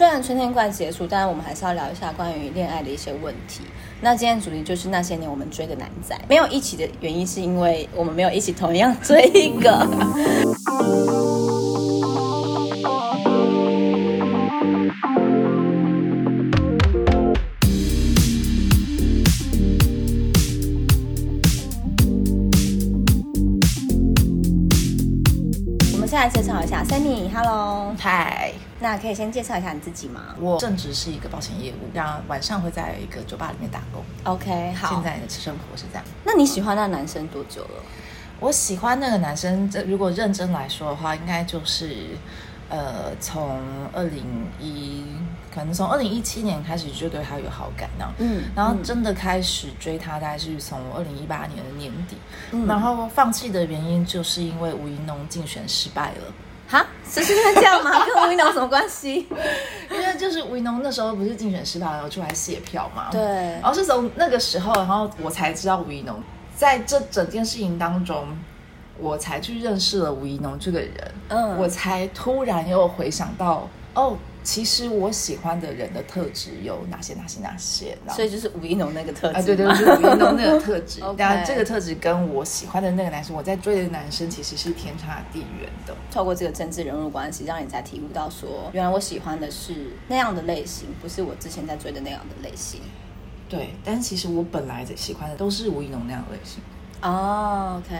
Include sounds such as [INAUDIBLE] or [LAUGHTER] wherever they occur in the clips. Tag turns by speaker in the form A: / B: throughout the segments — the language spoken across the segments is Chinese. A: 然春天快结束，但我们还是要聊一下关于恋爱的一些问题。那今天主题就是那些年我们追的男仔，没有一起的原因是因为我们没有一起同样追一个。我们先来介绍一下 Sammy，Hello。
B: 嗨，
A: 那可以先介绍一下你自己吗
B: 我正职是一个保险业务，然后晚上会在一个酒吧里面打工。
A: ？OK，好
B: 现。在的生活是这样。
A: 那你喜欢那男生多久了？
B: 我喜欢那个男生，这如果认真来说的话，应该就是，呃，从二零一，可能从二零一七年开始就对他有好感呢、
A: 嗯
B: 然后真的开始追他，大概是从二零一八年的年底。
A: 嗯
B: 然后放弃的原因就是因为吴一农竞选失败了。
A: 哈，只是因为这样
B: [LAUGHS]
A: 吗？跟吴一农什么关系？
B: 因为就是吴一农那时候不是竞选失败了，有出来卸票嘛？
A: 对
B: 然后是从那个时候，然后我才知道吴一农。在这整件事情当中，我才去认识了吴一农这个人。
A: 嗯
B: 我才突然又回想到，哦，其实我喜欢的人的特质有哪些？哪些？哪些？然后
A: 所以就是吴一农那个特质、
B: 啊，对
A: [LAUGHS]
B: 对，就是吴一农那个特质
A: OK。
B: 但这个特质跟我喜欢的那个男生，我在追的男生其实是天差地远的。
A: 透过这个政治人物关系，让你才体悟到说，原来我喜欢的是那样的类型，不是我之前在追的那样的类型。
B: 对，但其实我本来喜欢的都是吴一农那样的类型。
A: 哦，OK，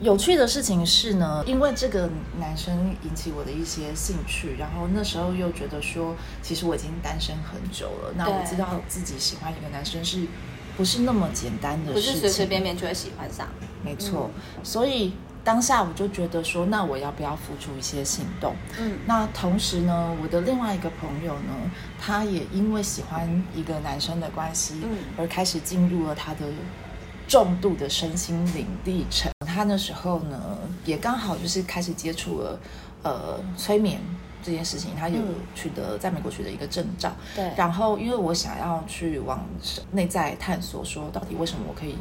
B: 有趣的事情是呢，因为这个男生引起我的一些兴趣，然后那时候又觉得说，其实我已经单身很久了，那我
A: 对
B: 知道自己喜欢一个男生是不是那么简单的
A: 不
B: 事情，
A: 是随随便嗯便就会喜欢上。
B: 没错，所以当下我就觉得说，那我要不要付出一些行动？
A: 嗯
B: 那同时呢，我的另外一个朋友呢，他也因为喜欢一个男生的关系，
A: 嗯
B: 而开始进入了他的重度的身心灵历程。他那时候呢，也刚好就是开始接触了呃催眠这件事情，他有
A: 嗯
B: 取得在美国取得一个证照。
A: 对
B: 然后因为我想要去往内在探索，说到底为什么我可以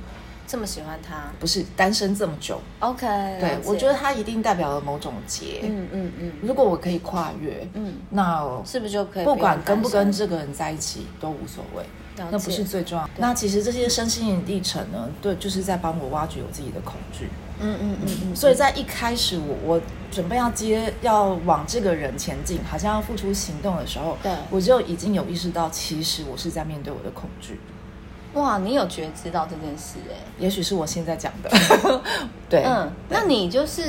A: 这么喜欢他
B: 不是单身这么久，
A: ，OK，
B: 对
A: 了解
B: 我觉得，它一定代表了某种结。
A: 嗯嗯嗯
B: 如果我可以跨越，
A: 嗯，
B: 那
A: 是不是就可以
B: 不
A: 用
B: 管跟不跟
A: 单身
B: 这个人在一起都无所谓，
A: 了解
B: 那不是最重要。那其实这些身心灵历程呢，对，就是在帮我挖掘我自己的恐惧。
A: 嗯嗯嗯嗯，
B: 所以在一开始我我准备要接要往这个人前进，好像要付出行动的时候，
A: 对
B: 我就已经有意识到，其实我是在面对我的恐惧。
A: 哇，你有觉知到这件事哎、
B: 也许是我现在讲
A: [LAUGHS]
B: 的，对，
A: 嗯，那你就是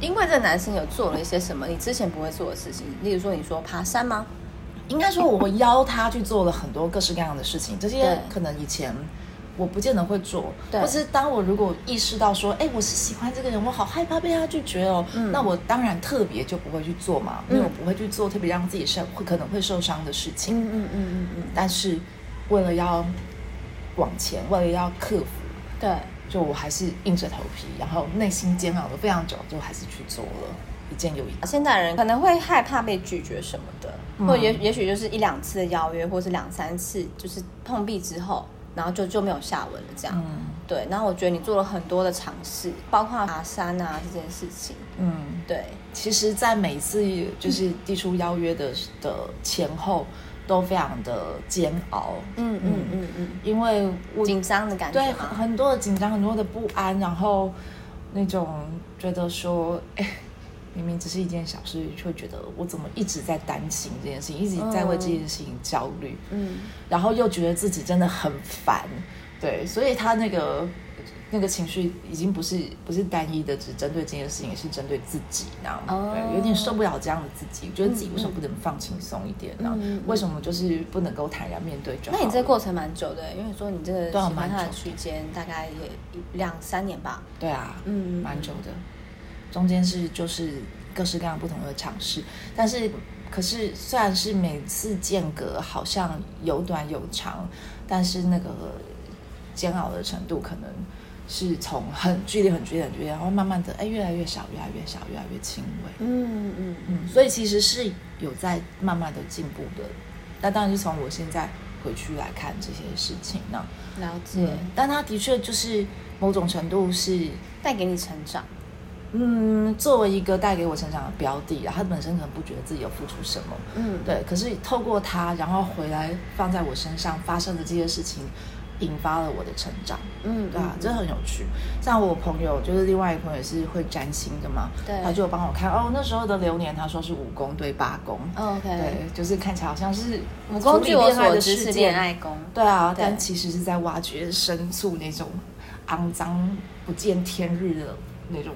A: 因为这个男生有做了一些什么你之前不会做的事情，例如说你说爬山吗？
B: 应该说，我邀他去做了很多各式各样的事情，这
A: 对
B: 些可能以前我不见得会做，
A: 对
B: 或是当我如果意识到说，哎、我是喜欢这个人，我好害怕被他拒绝哦，
A: 嗯
B: 那我当然特别就不会去做嘛，
A: 嗯
B: 因为我不会去做特别让自己受会可能会受伤的事情。
A: 嗯嗯嗯嗯嗯，
B: 但是为了要往前，为了要克服，
A: 对。
B: 就我还是硬着头皮，然后内心煎熬了非常久，就还是去做了一件又一件。
A: 现代人可能会害怕被拒绝什么的，
B: 嗯
A: 或也也许就是一两次的邀约，或是两三次就是碰壁之后，然后就就没有下文了这样。
B: 嗯
A: 对，然后我觉得你做了很多的尝试，包括爬山啊这件事情。
B: 嗯。
A: 对，
B: 其实，在每一次就是递出邀约的的前后，都非常的煎熬，
A: 嗯嗯嗯嗯，
B: 因为我
A: 紧张的感觉
B: 对很
A: 吗？
B: 很多的紧张，很多的不安，然后那种觉得说，哎，明明只是一件小事，就会觉得我怎么一直在担心这件事情，一直在为这件事情焦虑，
A: 嗯，
B: 然后又觉得自己真的很烦，对，所以他那个。那个情绪已经不是不是单一的，只针对这件事情，也是针对自己那样，
A: 哦
B: 对，有点受不了这样的自己，觉得自己为什么不能放轻松一点呢、
A: 嗯嗯嗯
B: 为什么就是不能够坦然面对就好
A: 那
B: 了？
A: 你这个过程蛮久的，因为说你这个
B: 对啊
A: 喜欢他
B: 蛮
A: 的
B: 久
A: 区间大概也一两三年吧。
B: 对啊，
A: 嗯
B: 蛮久的，中间是就是各式各样不同的尝试，但是可是虽然是每次间隔好像有短有长，但是那个煎熬的程度可能是从很剧烈、很剧烈、很剧烈，然后慢慢的哎越来越小、越来越小、越来越轻微，
A: 嗯嗯嗯，
B: 嗯，所以其实是有在慢慢的进步的，那当然是从我现在回去来看这些事情嗯那。
A: 了解，
B: 嗯，但他的确就是某种程度是
A: 带给你成长。
B: 嗯，作为一个带给我成长的标的，然后他本身可能不觉得自己有付出什么，
A: 嗯，
B: 对，可是透过他，然后回来放在我身上发生的这些事情，引发了我的成长，
A: 嗯，
B: 对啊，
A: 嗯
B: 这很有趣。像我朋友，就是另外一个朋友也是会占星的嘛，
A: 对
B: 他就有帮我看哦，那时候的流年，他说是五宫对八宫，
A: 哦 OK，
B: 对，就是看起来好像是
A: 武功
B: 处理
A: 据我
B: 恋爱
A: 所
B: 的
A: 知是
B: 事件
A: 恋爱宫，
B: 对啊，
A: 对
B: 但其实是在挖掘深处那种肮脏、不见天日的那种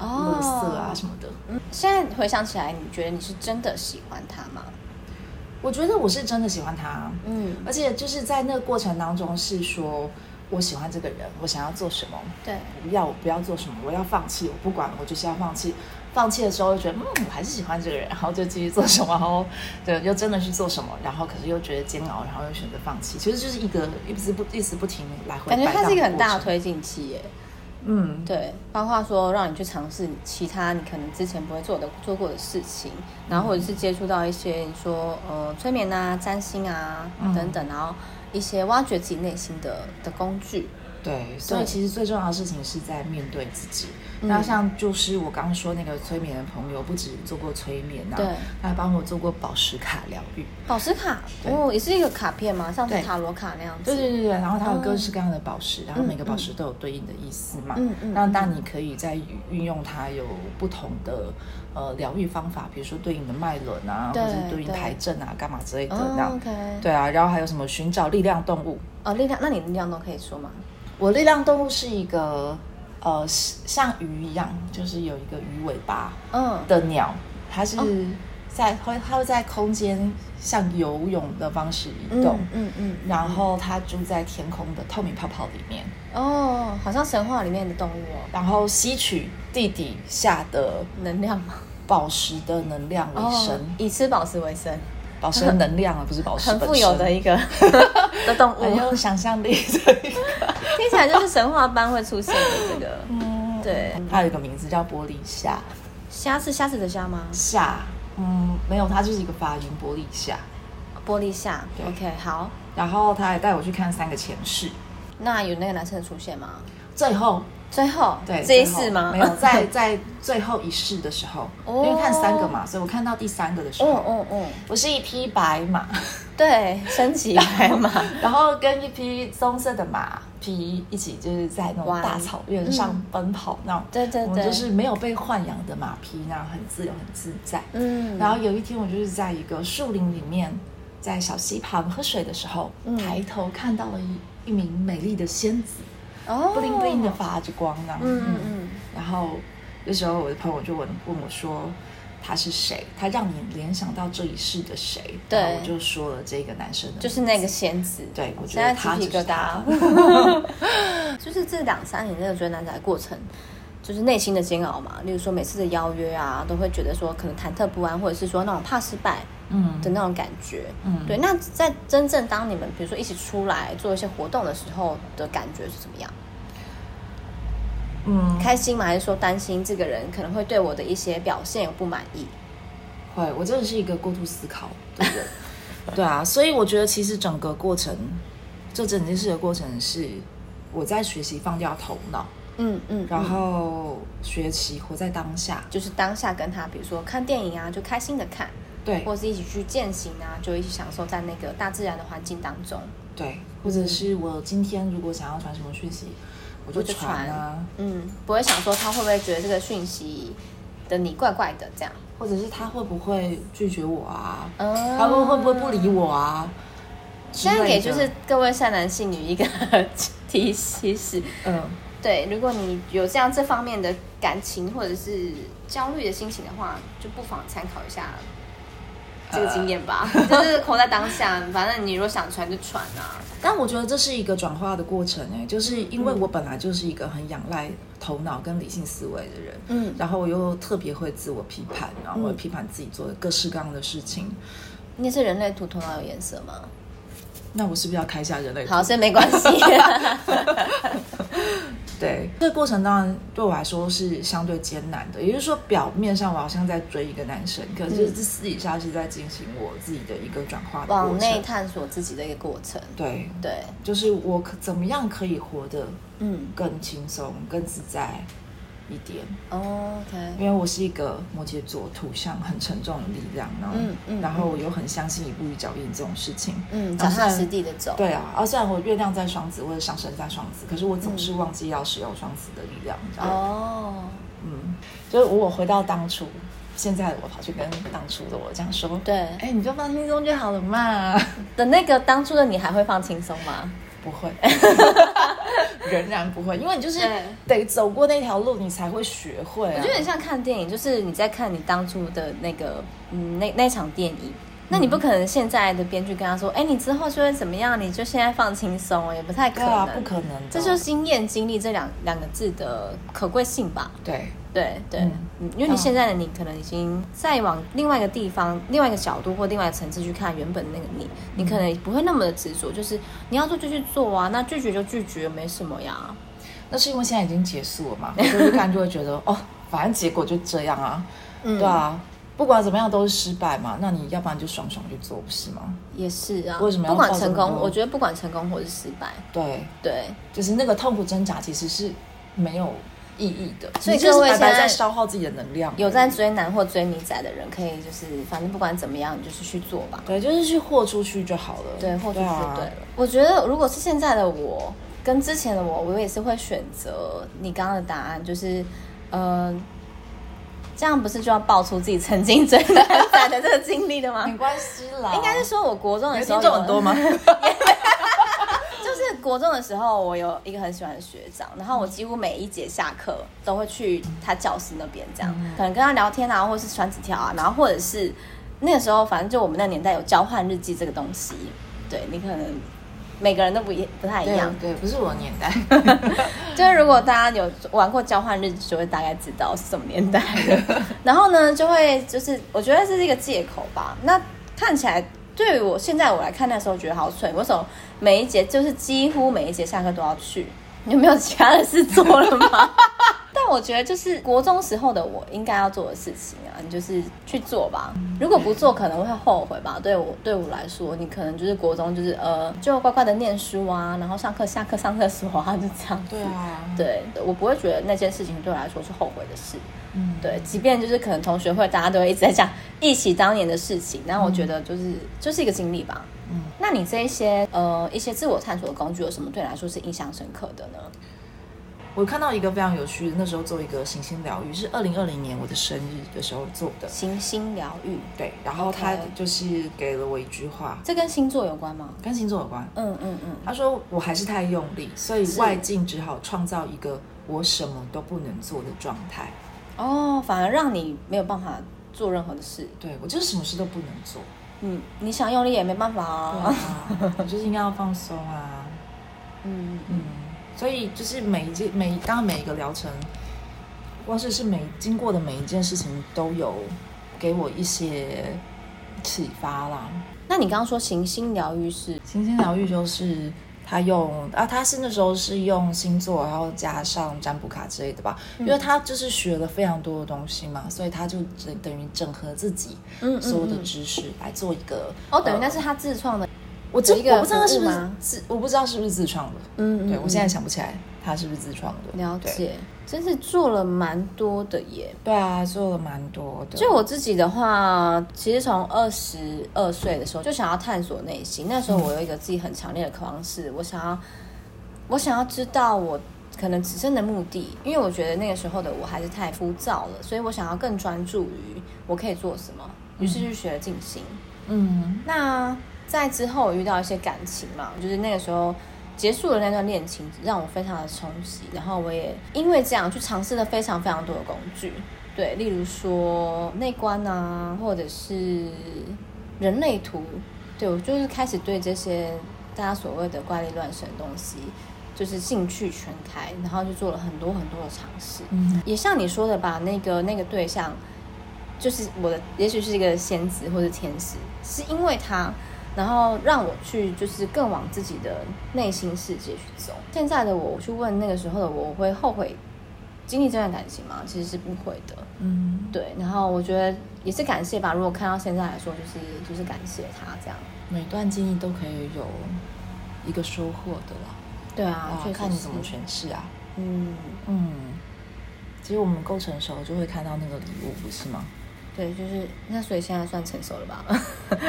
B: 垃圾啊什么的。
A: 嗯，现在回想起来，你觉得你是真的喜欢他吗？
B: 我觉得我是真的喜欢他，
A: 嗯，
B: 而且就是在那个过程当中，是说我喜欢这个人，我想要做什么，
A: 对，
B: 我不要我不要做什么，我要放弃，我不管，我就是要放弃。放弃的时候就觉得，嗯，我还是喜欢这个人， [LAUGHS] 然后就继续做什么，然后 [LAUGHS] 对，又真的去做什么，然后可是又觉得煎熬，然后又选择放弃，其实就是一个一直不一直不停来回
A: 感觉
B: 摆荡的过程。
A: 他是一个很大的推进器耶。
B: 嗯，
A: 对，包括说让你去尝试其他你可能之前不会做的做过的事情，然后或者是接触到一些你说呃催眠啊、占星啊、
B: 嗯
A: 等等，然后一些挖掘自己内心的的工具。
B: 对，所以
A: 对
B: 其实最重要的事情是在面对自己。
A: 嗯
B: 那像就是我刚刚说那个催眠的朋友，不止做过催眠啊，
A: 对，
B: 他还帮我做过宝石卡疗愈。
A: 宝石卡
B: 对
A: 哦，也是一个卡片吗？像是
B: 对
A: 塔罗卡那样子。
B: 对对对对，然后它有
A: 哦
B: 各式各样的宝石，然后
A: 嗯
B: 每个宝石都有对应的意思嘛。
A: 嗯嗯
B: 那
A: 嗯
B: 当然你可以再运用它有不同的呃疗愈方法，比如说对应的脉轮啊，或
A: 对
B: 者是对应
A: 对
B: 牌阵啊，干嘛之类的那
A: 哦
B: 样。
A: ，OK，
B: 对啊，然后还有什么寻找力量动物，
A: 哦，力量，那你力量都可以说吗？
B: 我力量动物是一个呃是像鱼一样，就是有一个鱼尾巴
A: 嗯，
B: 的鸟，它是
A: 哦
B: 在会它会在空间像游泳的方式移动，
A: 嗯嗯嗯
B: 然后它住在天空的透明泡泡里面，
A: 哦，好像神话里面的动物哦，
B: 然后吸取地底下的
A: 能量吗？哦
B: 宝石的能量为生，
A: 以吃宝石为生，
B: 宝石的能量而啊不是宝石
A: 很
B: [LAUGHS] 本
A: 富有
B: 身哎
A: 的一个 [LAUGHS] 的动
B: 很
A: 物，
B: 有想象力的
A: [LAUGHS]
B: 一个，
A: 听起来就是神话般会出现的这个。 [LAUGHS] 对，
B: 嗯它有一个名字叫玻璃虾。
A: 虾是虾子的虾吗？
B: 下，嗯，没有，它就是一个发音玻璃下。
A: 玻璃虾。
B: 对
A: OK，好。
B: 然后他还带我去看三个前世，
A: 那有那个男生的出现吗？
B: 最后
A: 最后，
B: 对
A: 这一
B: 最后
A: 世吗？
B: 没有，在 [LAUGHS] 在最后一世的时候，
A: 哦
B: 因为看三个嘛，所以我看到第三个的时
A: [LAUGHS] 嗯
B: 候，
A: 嗯嗯，
B: 我是一匹白马， [LAUGHS]
A: 对，升级白马。
B: 然后跟一匹棕色的马匹一起就是在那种
A: 哇
B: 大草原上奔跑，那种
A: 嗯对对
B: 我们
A: 对
B: 就是没有被豢养的马匹，那样很自由很自在。
A: [LAUGHS] 嗯，
B: 然后有一天，我就是在一个树林里面，在小溪旁喝水的时候，
A: 嗯
B: 抬头看到了一一名美丽的仙子，
A: 哦
B: 布灵布灵的，发着光呢。
A: 嗯嗯嗯，
B: 然后那时候我的朋友就问问我说。他是谁？他让你联想到这一世的谁？
A: 对
B: 然后我就说了这个男生的名字，
A: 就是那个仙子。
B: 对，我觉
A: 现
B: 得
A: 在
B: 他
A: 鸡
B: 就
A: 皮疙
B: 是他
A: 瘩。 [LAUGHS] 就是这两三年那个追男仔的过程，就是内心的煎熬嘛。例如说每次的邀约啊，都会觉得说可能忐忑不安，或者是说那种怕失败
B: 嗯，
A: 的那种感觉。
B: 嗯
A: 对，那在真正当你们比如说一起出来做一些活动的时候的感觉是怎么样？
B: 嗯，
A: 开心吗？还是说担心这个人可能会对我的一些表现有不满意？
B: 会，我真的是一个过度思考的人。对啊，所以我觉得其实整个过程，这整件事的过程是我在学习放掉头脑，
A: 嗯嗯，
B: 然
A: 嗯
B: 后学习活在当下。
A: 就是当下跟他，比如说看电影啊，就开心的看，
B: 对
A: 或是一起去践行啊，就一起享受在那个大自然的环境当中。
B: 对，或者是我今天如果想要传什么讯息，我就
A: 我就
B: 传啊，
A: 嗯，不会想说他会不会觉得这个讯息的你怪怪的这样。
B: 或者是他会不会拒绝我啊？
A: 嗯
B: 他会会不会不理我啊？之
A: 现在
B: 类
A: 给
B: 的
A: 就是各位善男信女一个 [LAUGHS] 提提示，
B: 嗯，
A: 对，如果你有这样这方面的感情或者是焦虑的心情的话，就不妨参考一下这个经验吧， [LAUGHS] 就是活在当下。反正你如果想传就传啊，
B: 但我觉得这是一个转化的过程哎、就是因
A: 嗯
B: 为我本来就是一个很仰赖头脑跟理性思维的人，
A: 嗯
B: 然后我又特别会自我批判，然后我会批判自己做的各式各样的事情。
A: 你也是人类图头脑有颜色吗？
B: 那我是不是要开一下人类图？
A: 好，所以没关 [LAUGHS] 系。
B: 对，这个过程当然对我来说是相对艰难的，也就是说，表面上我好像在追一个男生，可是
A: 嗯
B: 私底下是在进行我自己的一个转化的
A: 往
B: 过
A: 内
B: 程。
A: 探索自己的一个过程，
B: 对，
A: 对，
B: 就是我可怎么样可以活得
A: 嗯
B: 更轻松、更自在，一点，
A: 哦，OK，
B: 因为我是一个摩羯座土象很沉重的力量，然后、
A: 嗯嗯
B: 然后我又很相信一步一脚印这种事情。
A: 嗯，
B: 然
A: 脚
B: 后虽
A: 踏
B: 然
A: 实地的走，
B: 对啊，啊虽然我月亮在双子或者上升在双子，可是我总是忘记要使用双子的力量。你知道吗
A: 嗯哦，
B: 嗯，就是我回到当初，现在我跑去跟当初的我这样说，
A: 对
B: 哎、你就放轻松就好了嘛。
A: 的那个当初的你还会放轻松吗？
B: 不会， [LAUGHS] 仍然不会，因为你就是
A: 对
B: 得走过那条路，你才会学会、啊。
A: 我觉得很像看电影，就是你在看你当初的那个，嗯，那那场电影。那
B: 嗯
A: 你不可能现在的编剧跟他说，哎、你之后就会怎么样？你就现在放轻松，也不太可
B: 对
A: 能。
B: 啊，不可能的，
A: 这就是经验、经历这两两个字的可贵性吧。
B: 对，
A: 对对、
B: 嗯
A: 嗯，因为你现在的你可能已经再往另外一个地方、另外一个角度或另外一个层次去看原本那个你，你可能不会那么的执着，就是你要做就去做啊，那拒绝就拒绝，没什么呀。
B: 那是因为现在已经结束了嘛，回头去看就会觉得 [LAUGHS] 哦，反正结果就这样啊，
A: 嗯
B: 对啊，不管怎么样都是失败嘛，那你要不然就爽爽去做，不是吗？
A: 也是啊，
B: 为什么要
A: 不管
B: 抱这
A: 成
B: 么
A: 功？
B: 多嗯
A: 我觉得不管成功或是失败，
B: 对，
A: 对，
B: 就是那个痛苦挣扎其实是没有意义的，
A: 所以
B: 你就是
A: 各位
B: 白白
A: 现在
B: 在消耗自己的能量，
A: 有在追男或追女仔的人，可以就是反正不管怎么样，你就是去做吧。
B: 对，就是去豁出去就好了，
A: 对，或者是
B: 啊
A: 对了。我觉得如果是现在的我跟之前的我，我也是会选择你刚刚的答案，就是呃，这样不是就要爆出自己曾经追 [LAUGHS] 男
B: 啊
A: 仔的这个经历的吗？
B: 没关系啦，啊
A: 应该是说我国中
B: 你
A: 的
B: 的
A: 时候
B: 听
A: 有
B: 众很多 [LAUGHS] 吗？
A: 就是国中的时候，我有一个很喜欢的学长，然后我几乎每一节下课都会去他教室那边，这样、可能跟他聊天啊，或是传纸条啊，然后或者是那个时候，反正就我们那年代有交换日记这个东西，对你可能每个人都不一哎不太一
B: 对
A: 样。
B: 对，不是我的年代，
A: [LAUGHS] 就是如果大家有玩过交换日记，就会大概知道是什么年代的。然后呢，就会就是我觉得这是一个借口吧。那看起来对于我现在我来看，那时候觉得好蠢，为什么每一节就是几乎每一节下课都要去？你没有其他的事做了吗？但我觉得就是国中时候的我应该要做的事情啊，你就是去做吧。如果不做，可能会后悔吧。对我对我来说，你可能就是国中就是呃，就乖乖的念书啊，然后上课下课上厕所啊，就这样子。
B: [LAUGHS] 对啊，
A: 对我不会觉得那件事情对我来说是后悔的事。
B: 嗯，
A: 对，即便就是可能同学会大家都会一直在讲忆起当年的事情，然后我觉得就是、就是一个经历吧。
B: 嗯，
A: 那你这一些呃一些自我探索的工具有什么对你来说是印象深刻的呢？
B: 我看到一个非常有趣的，那时候做一个行星疗愈，是二零二零年我的生日的时候做的。
A: 行星疗愈，
B: 对，然后他
A: OK
B: 就是给了我一句话，
A: 这跟星座有关吗？
B: 跟星座有关。
A: 嗯嗯嗯，
B: 他说我还是太用力，所以
A: 是
B: 外境只好创造一个我什么都不能做的状态。
A: 哦，反而让你没有办法做任何的事。
B: 对我就是什么事都不能做，
A: 嗯，你想用力也没办法啊。
B: 啊，我就是应该要放松啊。
A: 嗯，
B: 嗯，所以就是每一件每当然每一个疗程，光是是每经过的每一件事情都有给我一些启发啦。
A: 那你刚刚说行星疗愈是
B: 行星疗愈就是他用啊，他是那时候是用星座，然后加上占卜卡之类的吧，
A: 嗯
B: 因为他就是学了非常多的东西嘛，所以他就等等于整合自己
A: 嗯嗯
B: 所有的
A: 嗯
B: 知识来做一个
A: 哦，等于那
B: 呃
A: 是他自创的。
B: 我这
A: 有一个
B: 我不知道他是不
A: 服务
B: 是
A: 吗
B: 自我不知道是不是自创的，
A: 嗯
B: 对我现在想不起来他是不是自创的，
A: 了
B: 对
A: 解，真是做了蛮多的耶。
B: 对啊，做了蛮多的。
A: 就我自己的话，其实从二十二岁的时候就想要探索内心，那时候我有一个自己很强烈的渴望是，我想要，我想要知道我可能此生的目的，因为我觉得那个时候的我还是太浮躁了，所以我想要更专注于我可以做什么，于是就学了静心。
B: 嗯
A: 那在之后我遇到一些感情嘛，就是那个时候结束了那段恋情，让我非常的冲击。然后我也因为这样去尝试了非常非常多的工具，对，例如说内观啊，或者是人类图，对我就是开始对这些大家所谓的怪力乱神的东西，就是兴趣全开，然后就做了很多很多的尝试。
B: 嗯
A: 也像你说的吧，那个那个对象，就是我的，也许是一个仙子或者天使，是因为他，然后让我去就是更往自己的内心世界去走。现在的我，我去问那个时候的我，我会后悔经历这段感情吗？其实是不会的。
B: 嗯，
A: 对，然后我觉得也是感谢吧。如果看到现在来说，就是就是感谢他这样。
B: 每段经历都可以有一个收获的啦，
A: 对啊
B: 啊，
A: 确实
B: 看你怎么
A: 是
B: 诠释啊。
A: 嗯，
B: 嗯，其实我们够成熟，就会看到那个礼物，不是吗？
A: 对，就是那所以现在算成熟了吧？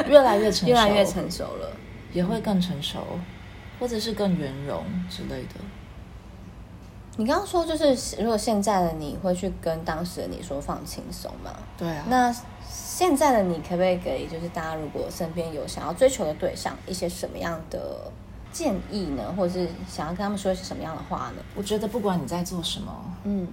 B: 越来越
A: [LAUGHS]
B: 成熟，
A: 越来越成熟了。
B: 也会更成熟，或者是更圆融之类的。
A: 你刚刚说就是，如果现在的你会去跟当时的你说放轻松嘛？
B: 对啊，
A: 那现在的你可不可以给就是大家如果身边有想要追求的对象一些什么样的建议呢？或者是想要跟他们说一些什么样的话呢？
B: 我觉得不管你在做什么，
A: 嗯，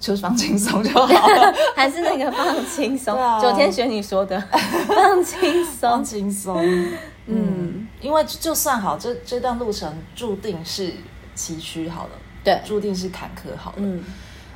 B: 就是放轻松就好 [LAUGHS] 了，
A: [LAUGHS] 还是那个放轻松
B: 对啊，
A: 九天玄女说的 [LAUGHS] 放轻松。
B: 放轻松。嗯，因为就算好，这这段路程注定是崎岖好了，
A: 对，
B: 注定是坎坷好了。
A: 嗯，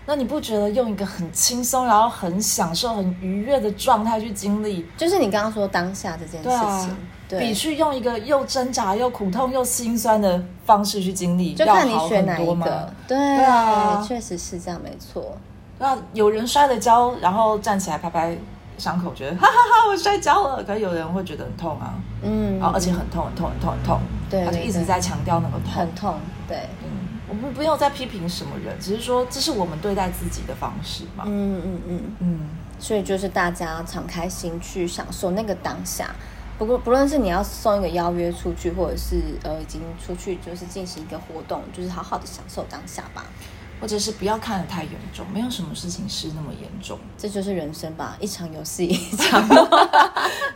B: 那你不觉得用一个很轻松，然后很享受、很愉悦的状态去经历，
A: 就是你刚刚说当下这件
B: 对
A: 事
B: 啊
A: 情，，
B: 比
A: 对，
B: 去用一个又挣扎又苦痛又心酸的方式去经历，
A: 就
B: 要
A: 看你
B: 好
A: 选
B: 很
A: 哪
B: 多
A: 一
B: 吗
A: 个？。对
B: 啊
A: 确实是这样，没错。
B: 那啊有人摔了跤，然后站起来拍拍伤口，觉得哈哈哈，我摔跤了。可是有人会觉得很痛啊，
A: 嗯，
B: 然后而且很痛，很痛，很痛，很痛。
A: 对
B: 他就
A: 对
B: 一直
A: 对
B: 在强调那个痛
A: 很。痛，对，
B: 嗯，我们不用再批评什么人，只是说这是我们对待自己的方式嘛。
A: 嗯嗯嗯。
B: 嗯，
A: 所以就是大家敞开心去享受那个当下。不过，不论是你要送一个邀约出去，或者是呃已经出去就是进行一个活动，就是好好的享受当下吧。
B: 或者是不要看得太严重，没有什么事情是那么严重。
A: 这就是人生吧，一场游戏一场。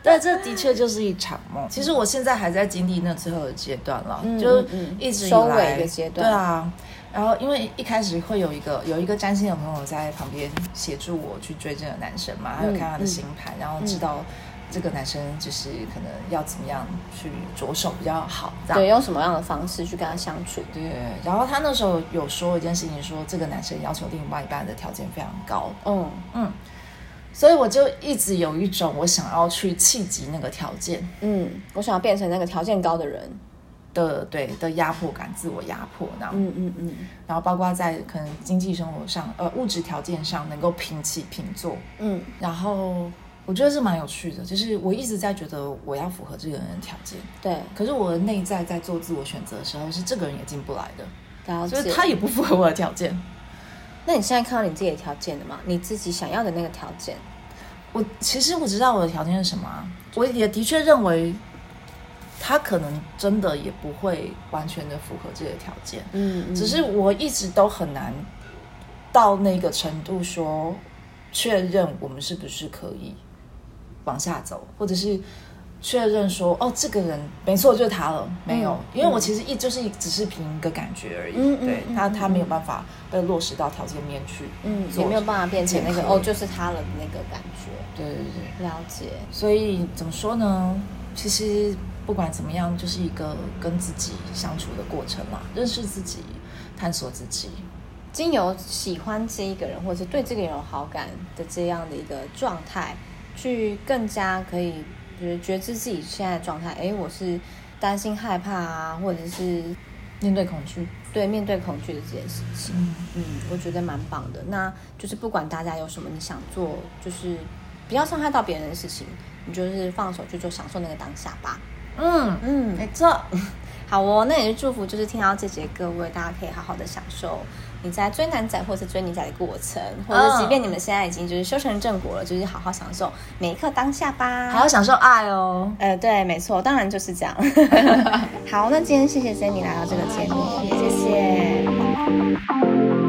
B: 对，这的确就是一场梦。 [LAUGHS] 其实我现在还在经历那最后的阶段了，
A: 嗯
B: 就
A: 嗯嗯
B: 一直以
A: 收尾
B: 来
A: 的阶段
B: 对啊。然后因为一开始会有一个有一个占星的朋友在旁边协助我去追这个男生
A: 嗯
B: 嘛，还有看他的星盘，然后知道这个男生就是可能要怎么样去着手比较好，这样
A: 对，用什么样的方式去跟他相处？
B: 对。然后他那时候有说一件事情，说这个男生要求另外一半的条件非常高，
A: 嗯
B: 嗯，所以我就一直有一种我想要去契及那个条件，
A: 嗯，我想要变成那个条件高的人。
B: 的对的压迫感，自我压迫，然后、
A: 嗯嗯嗯
B: 然后包括在可能经济生活上，呃，物质条件上能够平起平坐，
A: 嗯，
B: 然后我觉得是蛮有趣的，就是我一直在觉得我要符合这个人的条件，
A: 对，
B: 可是我的内在在做自我选择的时候，是这个人也进不来的，
A: 了
B: 所
A: 解
B: 以。他也不符合我的条件。
A: 那你现在看到你自己的条件了吗？你自己想要的那个条件？
B: 我其实我知道我的条件是什么、啊，我也的确认为他可能真的也不会完全的符合这个条件，
A: 嗯，嗯
B: 只是我一直都很难到那个程度说确认我们是不是可以往下走，或者是确认说哦，这个人没错就是他了，没有，因为我其实一就是只是凭一个感觉而已，
A: 嗯嗯
B: 对
A: 嗯
B: 他
A: 嗯
B: 他没有办法被落实到条件面去，
A: 嗯，
B: 做
A: 也没有办法变成那个
B: 结合
A: 哦，就是他了的那个感觉。
B: 对对对，
A: 了解，
B: 所以怎么说呢？其实不管怎么样，就是一个跟自己相处的过程啦，认识自己，探索自己，
A: 经由喜欢这一个人，或者是对这个人有好感的这样的一个状态，去更加可以，就是觉知自己现在的状态。诶，我是担心、害怕啊，或者是
B: 面对恐惧。
A: 对面对恐惧的这件事情。
B: 嗯。
A: 嗯，我觉得蛮棒的。那就是不管大家有什么你想做，就是不要伤害到别人的事情，你就是放手去做，享受那个当下吧。
B: 嗯，
A: 嗯，
B: 没错。
A: [LAUGHS] 好哦，那也是祝福，就是听到这节各位，大家可以好好的享受你在追男仔或是追女仔的过程，或者即便你们现在已经就是修成正果了，就是好好享受每一刻当下吧。
B: 还要，享受爱哦。
A: 呃，对，没错，当然就是这样。 [LAUGHS] 好，那今天谢谢 Sammy 来到这个节目，谢谢。